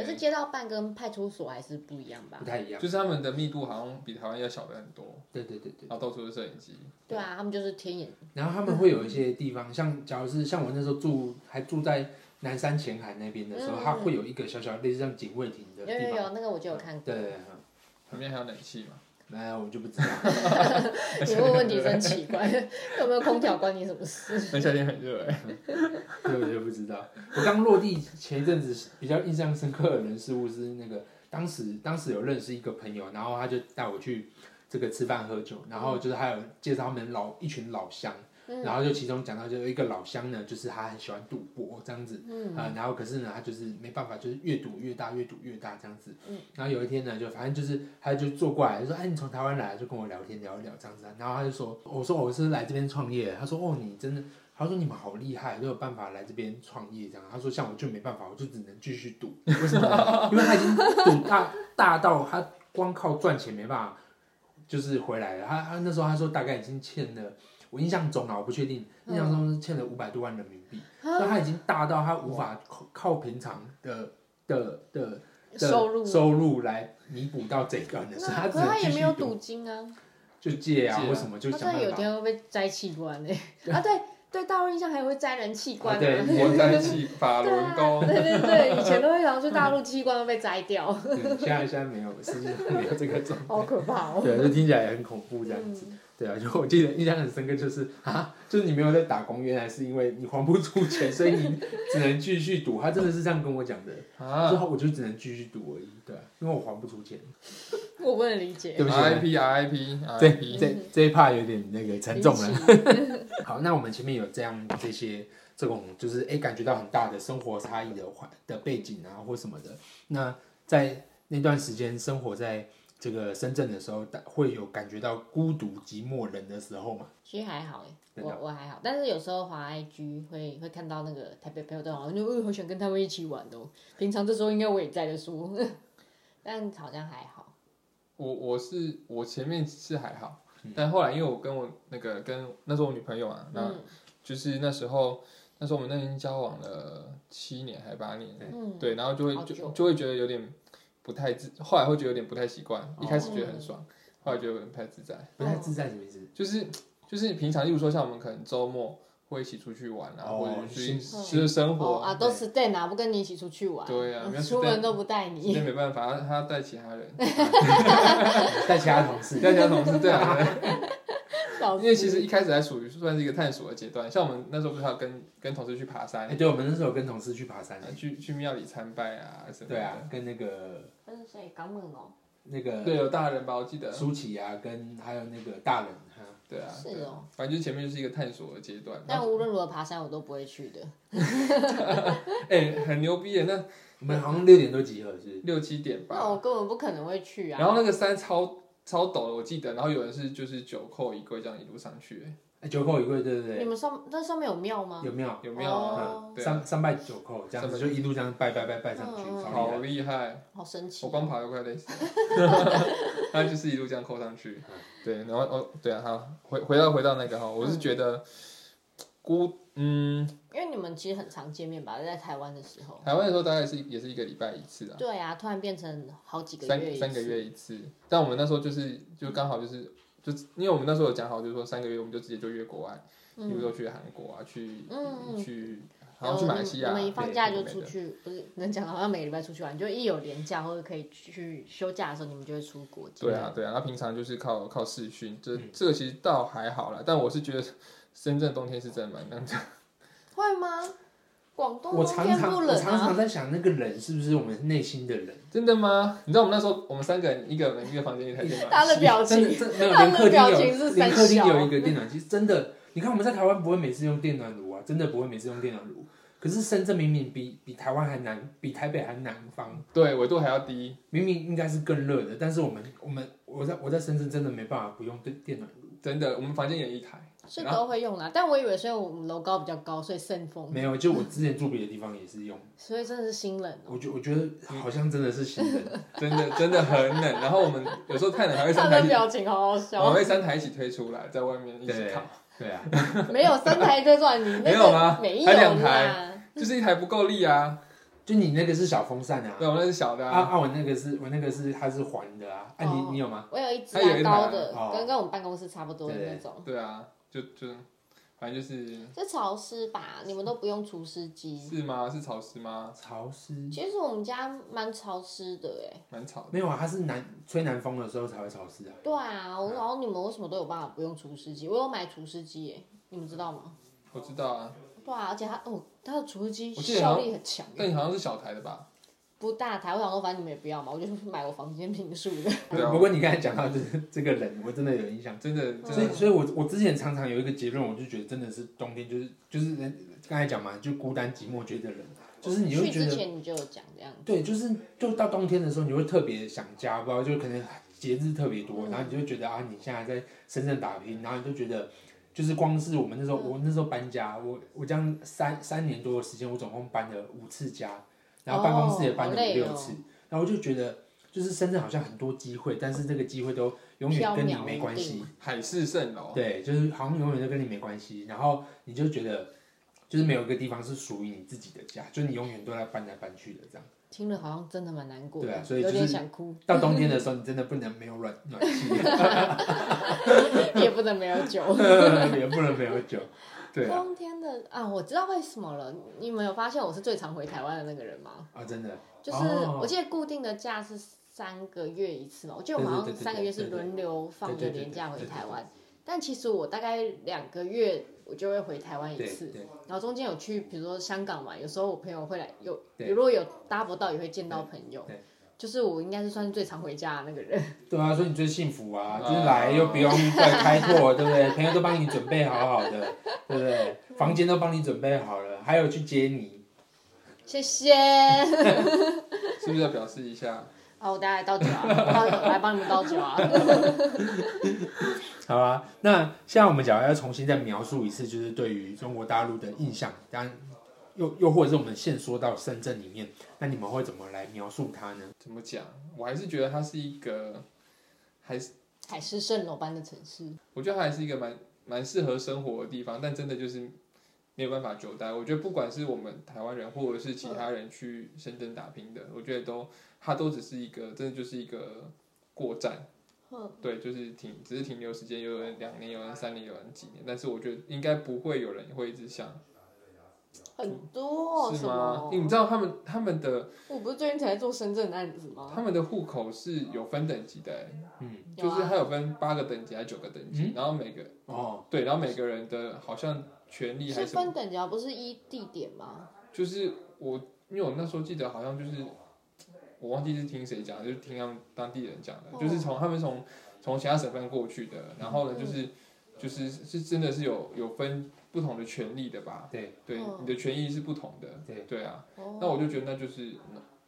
Speaker 3: ，OK，
Speaker 2: 街道办跟派出所还是不一样吧
Speaker 1: 不？太一样。
Speaker 3: 就是他们的密度好像比台湾要小的很多，
Speaker 1: 对对对对。
Speaker 3: 然后到处是摄影机，
Speaker 2: 对啊，他们就是天眼，
Speaker 1: 然后他们会有一些地方，像假如是像我那时候住还住在南山前海那边的时候，
Speaker 2: 嗯
Speaker 1: 它会有一个小小类似像警卫亭的
Speaker 2: 有
Speaker 1: 地
Speaker 2: 有
Speaker 1: 方。
Speaker 2: 有，那个我就
Speaker 1: [LAUGHS]
Speaker 2: 有看过。
Speaker 1: 对对对，嗯
Speaker 3: 旁边还有冷气
Speaker 2: [LAUGHS]
Speaker 3: 嘛。
Speaker 1: 那哎我就不知道。 [LAUGHS]
Speaker 2: 你问问题真奇怪， [LAUGHS] 有没有空调关你什么事？
Speaker 3: 那夏天很
Speaker 2: [LAUGHS]
Speaker 3: 热哎、
Speaker 1: 对，我就不知道。我刚落地前一阵子比较印象深刻的人事物是那个，当时当时有认识一个朋友，然后他就带我去这个吃饭喝酒，然后就是还有介绍他们老一群老乡，然后就其中讲到就有一个老乡呢，就是他很喜欢赌博这样子，
Speaker 2: 嗯
Speaker 1: 啊、然后可是呢，他就是没办法，就是越赌越大，越赌越大这样子。然后有一天呢，就反正就是他就坐过来就说：“哎，你从台湾来，就跟我聊天聊一聊这样子啊。”然后他就说：“我说我是来这边创业。”他说：“哦，你真的。”他说：“你们好厉害，都有办法来这边创业这样。”他说：“像我就没办法，我就只能继续赌。为什么呢？因为他已经赌大大到他光靠赚钱没办法，就是回来了。他他那时候他说大概已经欠了，我印象中啊，我不确定，印象中是欠了五百多万人民币。
Speaker 2: 嗯
Speaker 1: 所以他已经大到他无法靠靠平常的的的的
Speaker 2: 收入啊
Speaker 1: 收入来弥补到这一段的，
Speaker 2: 那
Speaker 1: 所以他只
Speaker 2: 可是他
Speaker 1: 能
Speaker 2: 也
Speaker 1: 继
Speaker 2: 没
Speaker 1: 续
Speaker 2: 有
Speaker 1: 赌，
Speaker 2: 赌金啊。
Speaker 1: 就借啊
Speaker 3: 借啊
Speaker 1: 或什么，就
Speaker 2: 他
Speaker 1: 想
Speaker 2: 真的有
Speaker 1: 办法。
Speaker 2: 天会被摘器官诶、啊，对对，大陆印象还会摘人器官、
Speaker 1: 啊对
Speaker 3: 我在气法
Speaker 2: 对
Speaker 3: 轮
Speaker 2: 啊
Speaker 3: 功，
Speaker 2: 对对对，以前都会想去大陆器官都被摘掉，
Speaker 1: 嗯现在现在没有，世界上没有这个状
Speaker 2: 好可怕
Speaker 1: 况。
Speaker 2: 哦。嗯
Speaker 1: 对，就听起来也很恐怖这样子。对啊，就我记得印象很深刻，就是啊，就是你没有在打工，原来是因为你还不出钱，所以你只能继续赌。他真的是这样跟我讲的，之
Speaker 3: 啊
Speaker 1: 后我就只能继续赌而已。对啊，因为我还不出钱。
Speaker 2: 我不能理解
Speaker 1: 对。不起
Speaker 3: ，RIP RIP
Speaker 1: 这
Speaker 3: RIP，
Speaker 1: 这这一 part 有点那个沉
Speaker 3: 啊
Speaker 1: 重了。
Speaker 2: 理
Speaker 3: [LAUGHS]
Speaker 2: 解
Speaker 1: 好，那我们前面有这样这些这种就是诶感觉到很大的生活差异的环的背景啊或什么的，那在那段时间生活在这个深圳的时候，大会有感觉到孤独寂寞冷的时候嘛？
Speaker 2: 其实还好诶、
Speaker 1: 真的
Speaker 3: 啊
Speaker 2: 我我还好，但是有时候滑 IG 会会看到那个台北朋友在玩，我就呃好想跟他们一起玩哦。平常这时候 [LAUGHS] 应该我也在的说，但好像还好。
Speaker 3: 我我是我前面是还好，但后来因为我跟我那个跟那时候我女朋友啊，那
Speaker 2: 嗯
Speaker 3: 就是那时候那时候我们那已经交往了七年还八年，
Speaker 2: 嗯，
Speaker 3: 对，然后就
Speaker 2: 好
Speaker 3: 会
Speaker 2: 久哦
Speaker 3: 就就会觉得有点不太自，后来会觉得有点不太习惯，一开始觉得很爽，后来觉得有点不太自在。
Speaker 1: 不太自在什么意思？ [LAUGHS]
Speaker 3: 就是就是平常，例如说像我们可能周末会一起出去玩啊，
Speaker 1: 哦
Speaker 3: 或者去
Speaker 1: 是
Speaker 3: 吃生
Speaker 2: 哦
Speaker 3: 活。
Speaker 2: 啊，都 stay 哪不跟你一起出去玩？
Speaker 3: 对啊
Speaker 2: 我
Speaker 3: 没有
Speaker 2: 出
Speaker 3: stay
Speaker 2: 门都不带你。
Speaker 3: 那没办法，他他带其他人，
Speaker 1: 带其他同事，
Speaker 3: 带其他同
Speaker 2: [LAUGHS]
Speaker 3: 事，对啊，对啊
Speaker 2: [LAUGHS] 笑死
Speaker 3: 因为其实一开始还属于算是一个探索的阶段。像我们那时候不是还有跟跟同事去爬山啊
Speaker 1: 哎，，对，我们那时候跟同事去爬山，
Speaker 3: 去去庙里参拜啊什么
Speaker 1: 对
Speaker 3: 的。
Speaker 1: 啊，跟那个
Speaker 2: 那是谁？港门哦。
Speaker 1: 那个
Speaker 3: 对，有大人吧，我记得。
Speaker 1: 舒淇啊，跟还有那个大人，哈
Speaker 3: 对啊，
Speaker 2: 是
Speaker 3: 对啊
Speaker 2: 哦
Speaker 3: 反正就是前面就是一个探索的阶段。然
Speaker 2: 但
Speaker 3: 后
Speaker 2: 无论如何爬山我都不会去的。
Speaker 3: 哎，很牛逼耶，那
Speaker 1: 我们好像六点多集合，是不是
Speaker 3: 六七点吧。
Speaker 2: 那我根本不可能会去
Speaker 3: 然
Speaker 2: 啊。
Speaker 3: 后那个山超超陡的，我记得。然后有人是就是九扣一跪这样一路上去，
Speaker 1: 哎九扣一跪，对不
Speaker 2: 你
Speaker 1: 对？
Speaker 2: 们上那上面有庙吗？
Speaker 1: 有没有？
Speaker 3: 有没有啊？
Speaker 2: 哦
Speaker 3: 对啊，
Speaker 1: 三三拜九叩，这样子
Speaker 3: 三
Speaker 1: 就一路这样拜拜拜拜上去，
Speaker 2: 嗯
Speaker 1: 超厉
Speaker 3: 好
Speaker 1: 害
Speaker 3: 厉害！
Speaker 2: 好神奇
Speaker 3: 我
Speaker 2: 哦。
Speaker 3: 光爬都快
Speaker 2: [LAUGHS]
Speaker 3: 累死了。他就是一路这样扣上去，对，然后哦，对啊，好，回回到回到那个哈，我是觉
Speaker 2: 嗯
Speaker 3: 得孤，嗯，
Speaker 2: 因为你们其实很常见面吧，在台湾的时候。
Speaker 3: 台湾的时候大概是也是一个礼拜一次啊，
Speaker 2: 对啊，突然变成好几个月
Speaker 3: 三
Speaker 2: 一
Speaker 3: 三个
Speaker 2: 次。
Speaker 3: 月一次，但我们那时候就是就刚好就是就因为我们那时候有讲好，就是说三个月我们就直接就约国外，比如说去韩国啊，去
Speaker 2: 嗯
Speaker 3: 去好
Speaker 2: 然
Speaker 3: 像
Speaker 2: 后
Speaker 3: 去马来西亚
Speaker 2: 你们一
Speaker 3: 啊，
Speaker 2: 放
Speaker 1: 对
Speaker 2: 假
Speaker 3: 对
Speaker 2: 就
Speaker 3: 对
Speaker 2: 出
Speaker 3: 对
Speaker 2: 去，不是能讲的好像每个礼拜出去玩，就一有年假或者可以去休假的时候，你们就会出国。
Speaker 3: 对啊对啊，那平常就是靠靠视讯，这
Speaker 1: 嗯
Speaker 3: 这个其实倒还好啦，但我是觉得深圳冬天是真的蛮难的，
Speaker 2: 会吗？广东
Speaker 1: 我
Speaker 2: 冬
Speaker 1: 常
Speaker 2: 天
Speaker 1: 常
Speaker 2: 不
Speaker 1: 我
Speaker 2: 冷
Speaker 1: 常
Speaker 2: 啊，
Speaker 1: 常在想，那个人是不是我们内心的人？
Speaker 3: 真的吗？你知道我们那时候我们三个人一个人一个房间一
Speaker 2: [LAUGHS]
Speaker 3: 台电脑，
Speaker 2: 他的表
Speaker 1: 真
Speaker 2: 情
Speaker 1: 的，真的没
Speaker 2: [LAUGHS]
Speaker 1: 有，
Speaker 2: 他
Speaker 1: 连
Speaker 2: 的
Speaker 1: 客厅
Speaker 2: 表
Speaker 1: 有
Speaker 2: 情是
Speaker 1: 连
Speaker 2: 三
Speaker 1: 客厅
Speaker 2: 小
Speaker 1: 有一个电暖机，真的。你看我们在台湾不会每次用电暖炉啊，真的不会每次用电暖炉。可是深圳明明比比台湾还南，比台北还南方，
Speaker 3: 对纬度还要低，
Speaker 1: 明明应该是更热的，但是我们我们我在我在深圳真的没办法不用电电暖炉，
Speaker 3: 真的，我们房间也一台，
Speaker 2: 是都会用啊啦。但我以为是因为我们楼高比较高，所以渗风，
Speaker 1: 没有，就我之前住别的地方也是用，
Speaker 2: 所以真的是心冷哦。
Speaker 1: 我觉我觉得好像真的是新
Speaker 2: [LAUGHS]
Speaker 1: 人，
Speaker 3: 真的真的很冷，然后我们有时候太冷还会
Speaker 2: 他
Speaker 3: 三台
Speaker 2: 的
Speaker 3: 一起，哦
Speaker 2: 表情好好
Speaker 3: 我们
Speaker 2: 笑，
Speaker 3: 会三台一起推出来，在外面一起
Speaker 1: 对
Speaker 3: 烤。 [LAUGHS]
Speaker 1: 对啊，
Speaker 2: [LAUGHS] 没有三台对转，你那
Speaker 3: 没有吗
Speaker 2: 个没
Speaker 3: 还两
Speaker 2: 有啦，
Speaker 3: 就是一台不够力啊。
Speaker 1: 就你那个是小风扇啊，
Speaker 3: 对，我那是小的
Speaker 1: 啊
Speaker 3: 啊。
Speaker 1: 啊，我那个是我那个是它是环的啊，啊你
Speaker 2: 哦
Speaker 1: 你有吗？
Speaker 2: 我有一只
Speaker 3: 他有
Speaker 2: 啊
Speaker 3: 一台
Speaker 2: 高的
Speaker 1: 哦，
Speaker 2: 跟跟我们办公室差不多的那种。
Speaker 3: 对啊，就就反正就是
Speaker 2: 是潮湿吧？你们都不用除湿机。
Speaker 3: 是吗？是潮湿吗？
Speaker 1: 潮湿
Speaker 2: 其实我们家蛮潮湿的哎。
Speaker 3: 蛮潮的。
Speaker 1: 没有啊，它是南吹南风的时候才会潮湿啊。
Speaker 2: 对啊，
Speaker 3: 嗯
Speaker 2: 我然后你们为什么都有办法不用除湿机？我有买除湿机哎，你们知道吗？
Speaker 3: 我知道啊，
Speaker 2: 对啊，而且它哦，它的除湿机
Speaker 3: 我记得好
Speaker 2: 效
Speaker 3: 像
Speaker 2: 率很强耶，
Speaker 3: 但你好像是小台的吧？
Speaker 2: 不大台。我想说，反正你们也不要嘛，我就去买我房间平数的。
Speaker 3: 对啊
Speaker 1: 不过你刚才讲到就是这个冷，我真的有印象。
Speaker 3: 真的，
Speaker 1: 所
Speaker 3: 真
Speaker 1: 以，
Speaker 3: 的，
Speaker 1: 所以我我之前常常有一个结论，我就觉得真的是冬天就是就是人刚才讲嘛，就孤单寂寞觉得冷，就是你会
Speaker 2: 去
Speaker 1: 觉
Speaker 2: 之
Speaker 1: 得
Speaker 2: 前你就有讲这样，
Speaker 1: 对，就是就到冬天的时候，你会特别想家，不知道就可能节日特别多，
Speaker 2: 嗯
Speaker 1: 然后你就会觉得啊，你现在在深圳打拼，然后你就觉得。就是光是我们那时候，
Speaker 2: 嗯
Speaker 1: 我那时候搬家，我我这样三三年多的时间，我总共搬了五次家，然后办公室也搬了
Speaker 2: 哦好累
Speaker 1: 五
Speaker 2: 哦
Speaker 1: 六次，然后我就觉得，就是深圳好像很多机会，但是这个机会都永远跟你
Speaker 2: 缥缈
Speaker 1: 没关系，
Speaker 3: 海市蜃楼。
Speaker 1: 对，就是好像永远都跟你没关系，然后你就觉得，就是没有一个地方是属于你自己的家，就是你永远都在搬来搬去的这样。
Speaker 2: 听了好像真的蛮难过
Speaker 1: 对
Speaker 2: 的，
Speaker 1: 啊所以就
Speaker 2: 有
Speaker 1: 是
Speaker 2: 点想哭， [LAUGHS]
Speaker 1: 到冬天的时候，你真的不能没有暖暖气，
Speaker 2: 也不能没有酒。
Speaker 1: 也不能没有酒。 [LAUGHS] 对啊，
Speaker 2: 冬天的啊，我知道为什么了。你们有发现我是最常回台湾的那个人吗？
Speaker 1: 啊，真的，
Speaker 2: 就是
Speaker 1: 哦
Speaker 2: 我记得固定的假是三个月一次嘛，我记得我们好
Speaker 1: 对对
Speaker 2: 像
Speaker 1: 对对
Speaker 2: 三个月是轮流放
Speaker 1: 对
Speaker 2: 着
Speaker 1: 对对
Speaker 2: 年假回台
Speaker 1: 对
Speaker 2: 湾，但其实我大概两个月我就会回台湾一
Speaker 1: 对
Speaker 2: 次，
Speaker 1: 对
Speaker 2: 然后中间有去比如说香港玩，有时候我朋友会来，有
Speaker 1: 对
Speaker 2: 如果有搭不到也会见到朋友
Speaker 1: 对对，
Speaker 2: 就是我应该是算是最常回家的那个人。
Speaker 1: 对啊，所以你最幸福啊，
Speaker 3: 啊
Speaker 1: 就是来又不用再开拓，对不 [LAUGHS] 对？朋友都帮你准备好好的，对不对？房间都帮你准备好了，还有去接你。
Speaker 2: 谢谢，
Speaker 3: 是不是要表示一下？
Speaker 2: 好，我大家来倒酒啊，倒酒来帮你们倒酒啊。 [LAUGHS]
Speaker 1: 好啊，那现在我们假如要重新再描述一次，就是对于中国大陆的印象，当然又又或者是我们现说到深圳里面，那你们会怎么来描述它呢？
Speaker 3: 怎么讲？我还是觉得它是一个，还是
Speaker 2: 海市蜃楼般的城市，
Speaker 3: 我觉得它还是一个蛮蛮适合生活的地方，但真的就是没有办法久待。我觉得不管是我们台湾人或者是其他人去深圳打拼的，我觉得都它都只是一个，真的就是一个过站。
Speaker 2: 嗯
Speaker 3: 对，就是停，只是停留时间，有人两年，有人三年，有人几年，但是我觉得应该不会有人会一直想，
Speaker 2: 很多哦
Speaker 3: 嗯是
Speaker 2: 什
Speaker 3: 吗
Speaker 2: 么？？
Speaker 3: 你知道他们他们的
Speaker 2: 我不是最近才做深圳的案子吗？
Speaker 3: 他们的户口是有分等级的欸、
Speaker 1: 嗯，
Speaker 2: 有
Speaker 3: 就是
Speaker 2: 啊嗯
Speaker 3: 它有分八个等级还是九个等级，然后每个
Speaker 1: 哦，
Speaker 3: 对，然后每个人的好像权利还
Speaker 2: 是
Speaker 3: 是什
Speaker 2: 分
Speaker 3: 么，
Speaker 2: 等级啊，不是依地点吗？
Speaker 3: 就是我因为我那时候记得好像就是我忘记是听谁讲，就是听他们当地人讲的，
Speaker 2: 哦嗯
Speaker 3: 就是从他们从从其他省份过去的，然后呢就是就是是真的是有有分不同的权利的吧？
Speaker 1: 对
Speaker 3: 对，
Speaker 2: 嗯
Speaker 3: 你的权益是不同的，
Speaker 1: 对
Speaker 3: 对啊，
Speaker 2: 哦，
Speaker 3: 那我就觉得那就是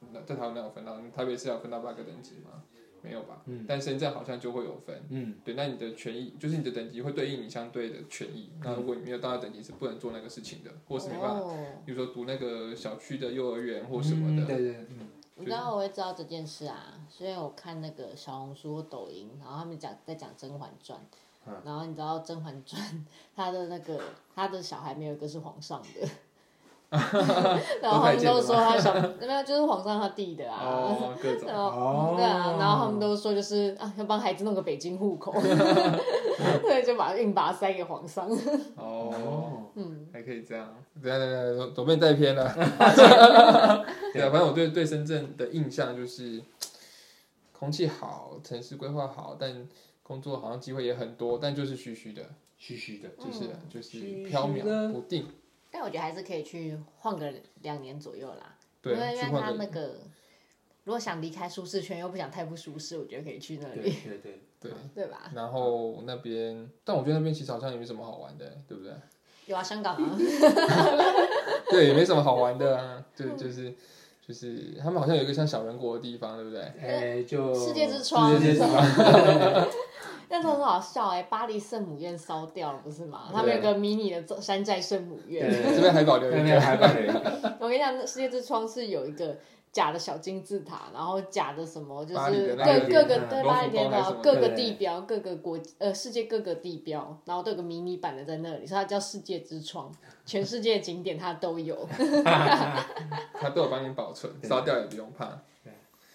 Speaker 3: 那那在台湾哪有分到？台北市有分到八个等级吗？没有吧？
Speaker 1: 嗯
Speaker 3: 但深圳好像就会有分。
Speaker 1: 嗯
Speaker 3: 对，那你的权益就是你的等级会对应你相对的权益。
Speaker 1: 嗯
Speaker 3: 那如果你没有到那等级，是不能做那个事啊情的，或是没办法，
Speaker 2: 哦
Speaker 3: 比如说读那个小区的幼儿园或什么
Speaker 1: 嗯对
Speaker 3: 的。
Speaker 1: 对，嗯
Speaker 2: 你知道我会知道这件事啊，是因为我看那个小红书或抖音，然后他们讲在讲《甄嬛传》
Speaker 1: 嗯
Speaker 2: 然后你知道《甄嬛传》他的那个他的小孩没有一个是皇上
Speaker 3: [LAUGHS]
Speaker 2: 的， [LAUGHS] 然后他们都说他小没有就是皇上他弟的啊。
Speaker 3: 哦，各
Speaker 2: [LAUGHS]
Speaker 3: 种
Speaker 2: 然后对啊，然后他们
Speaker 1: 哦
Speaker 2: 都说就是啊，要帮孩子弄个北京户 [LAUGHS] 口，对，就把硬把它塞给皇上。
Speaker 3: 哦，
Speaker 1: 哦，
Speaker 2: 嗯，
Speaker 3: 还可以这样。等一下等一下，总总被你带偏了。 [LAUGHS] 对啊，反正我对对深圳的印象就是，空气好，城市规划好，但工作好像机会也很多，但就是虚虚的，
Speaker 1: 虚虚的，
Speaker 3: 就是
Speaker 2: 嗯
Speaker 3: 就是
Speaker 1: 虚虚
Speaker 3: 飘渺
Speaker 1: 的
Speaker 3: 不定。
Speaker 2: 但我觉得还是可以去晃个两年左右啦。
Speaker 3: 对，
Speaker 2: 因为因
Speaker 3: 去
Speaker 2: 为
Speaker 3: 换
Speaker 2: 他
Speaker 3: 个
Speaker 2: 那个，如果想离开舒适圈又不想太不舒适，我觉得可以去那
Speaker 1: 对
Speaker 2: 里，
Speaker 1: 对对，
Speaker 3: 对。
Speaker 2: [LAUGHS] 对吧？
Speaker 3: 然后那边，但我觉得那边其实好像也没什么好玩的，对不对？
Speaker 2: 有啊，香港 [LAUGHS] 啊，
Speaker 3: 对，也没什么好玩的啊。对，就是就是他们好像有一个像小人国的地方，对不对？
Speaker 1: 哎，就
Speaker 2: 世界之窗
Speaker 1: 世界之窗，
Speaker 2: [LAUGHS] 那时候很好笑哎、巴黎圣母院烧掉了不是吗？
Speaker 3: 对
Speaker 2: 他们有个迷你的山寨圣母院，
Speaker 1: 对
Speaker 3: 这边还保留
Speaker 1: 那
Speaker 3: 一
Speaker 1: 边
Speaker 3: [LAUGHS] 个，
Speaker 1: 还保留一个，
Speaker 2: 我跟你讲，那世界之窗是有一个。假的小金字塔，然后假的什么，就
Speaker 3: 巴黎
Speaker 2: 是
Speaker 3: 的
Speaker 2: 各
Speaker 1: 个
Speaker 3: 那
Speaker 2: 各
Speaker 1: 嗯
Speaker 2: 个对
Speaker 3: 罗浮宫
Speaker 2: 巴黎铁
Speaker 3: 还是什
Speaker 2: 塔
Speaker 3: 么
Speaker 2: 各个
Speaker 1: 对
Speaker 2: 地标、各个国呃世界各个地标，然后都有个迷你版的在那里，所以它叫世界之窗，全世界景点它都有。
Speaker 3: 它都有帮你保存，
Speaker 1: 对
Speaker 3: 烧掉也不用怕。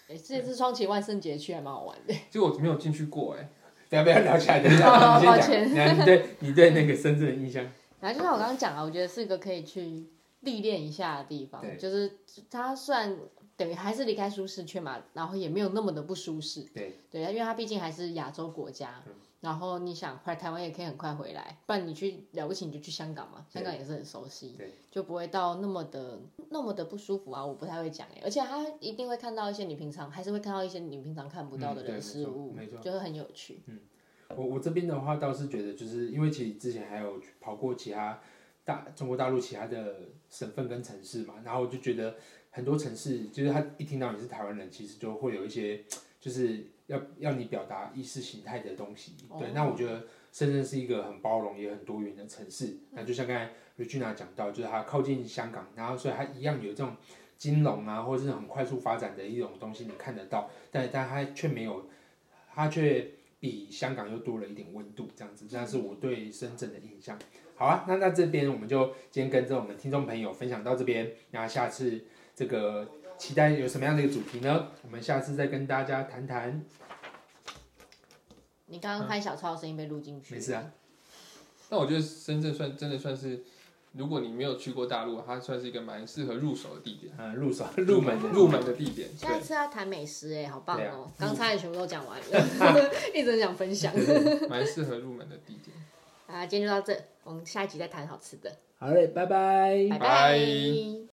Speaker 2: 哎世界之窗其实万圣节去还蛮好玩的。
Speaker 3: 就我没有进去过哎，
Speaker 1: 不要不要聊起
Speaker 2: [LAUGHS]
Speaker 1: 来，等一下，你
Speaker 2: 抱
Speaker 1: 先
Speaker 2: 歉
Speaker 1: 讲，你对你对那个深圳的印象，
Speaker 2: 然后就像我刚刚讲啊，我觉得是一个可以去历练一下的地方
Speaker 1: 对，
Speaker 2: 就是它虽然等于还是离开舒适圈嘛，然后也没有那么的不舒适，
Speaker 1: 对
Speaker 2: 对，因为它毕竟还是亚洲国家
Speaker 1: 嗯。
Speaker 2: 然后你想回台湾也可以很快回来，不然你去了不起你就去香港嘛，
Speaker 1: 对
Speaker 2: 香港也是很熟悉
Speaker 1: 对，
Speaker 2: 就不会到那么的那么的不舒服啊。我不太会讲哎，而且他一定会看到一些你平常还是会看到一些你平常看不到
Speaker 1: 嗯对
Speaker 2: 的
Speaker 1: 没
Speaker 2: 人
Speaker 1: 错
Speaker 2: 事物，
Speaker 1: 没错
Speaker 2: 就会很有趣。
Speaker 1: 我我这边的话倒是觉得，就是因为其实之前还有去跑过其他大中国大陆其他的省份跟城市嘛，然后我就觉得很多城市，就是他一听到你是台湾人，其实就会有一些就是要要你表达意识形态的东西。对，
Speaker 2: 哦
Speaker 1: 那我觉得深圳是一个很包容也很多元的城市。那就像刚才 Regina 讲到，就是它靠近香港，然后所以它一样有这种金融啊，或者是很快速发展的一种东西，你看得到，但但它却没有，它却比香港又多了一点温度，这样子，那是我对深圳的印象。好啊，那那这边我们就今天跟着我们听众朋友分享到这边，那下次这个期待有什么样的一个主题呢？我们下次再跟大家谈谈。
Speaker 2: 你刚刚拍小抄的声音被录进
Speaker 1: 嗯
Speaker 2: 去，
Speaker 1: 没事啊。
Speaker 3: 但我觉得深圳算真的算是，如果你没有去过大陆，它算是一个蛮适合入手的地点，
Speaker 1: 嗯，入手入门的
Speaker 3: 入门的地点。
Speaker 2: 下一
Speaker 3: 对，
Speaker 2: 次要谈美食哎、好棒
Speaker 1: 对
Speaker 2: 哦
Speaker 1: 啊！ [LAUGHS]
Speaker 2: 刚才也全部都讲完了， [LAUGHS] 一直很想分享。
Speaker 3: 蛮适合入门的地点。
Speaker 2: 啊，今天就到这，我们下一集再谈好吃的，
Speaker 1: 好嘞，拜拜
Speaker 2: 拜
Speaker 3: 拜
Speaker 2: 拜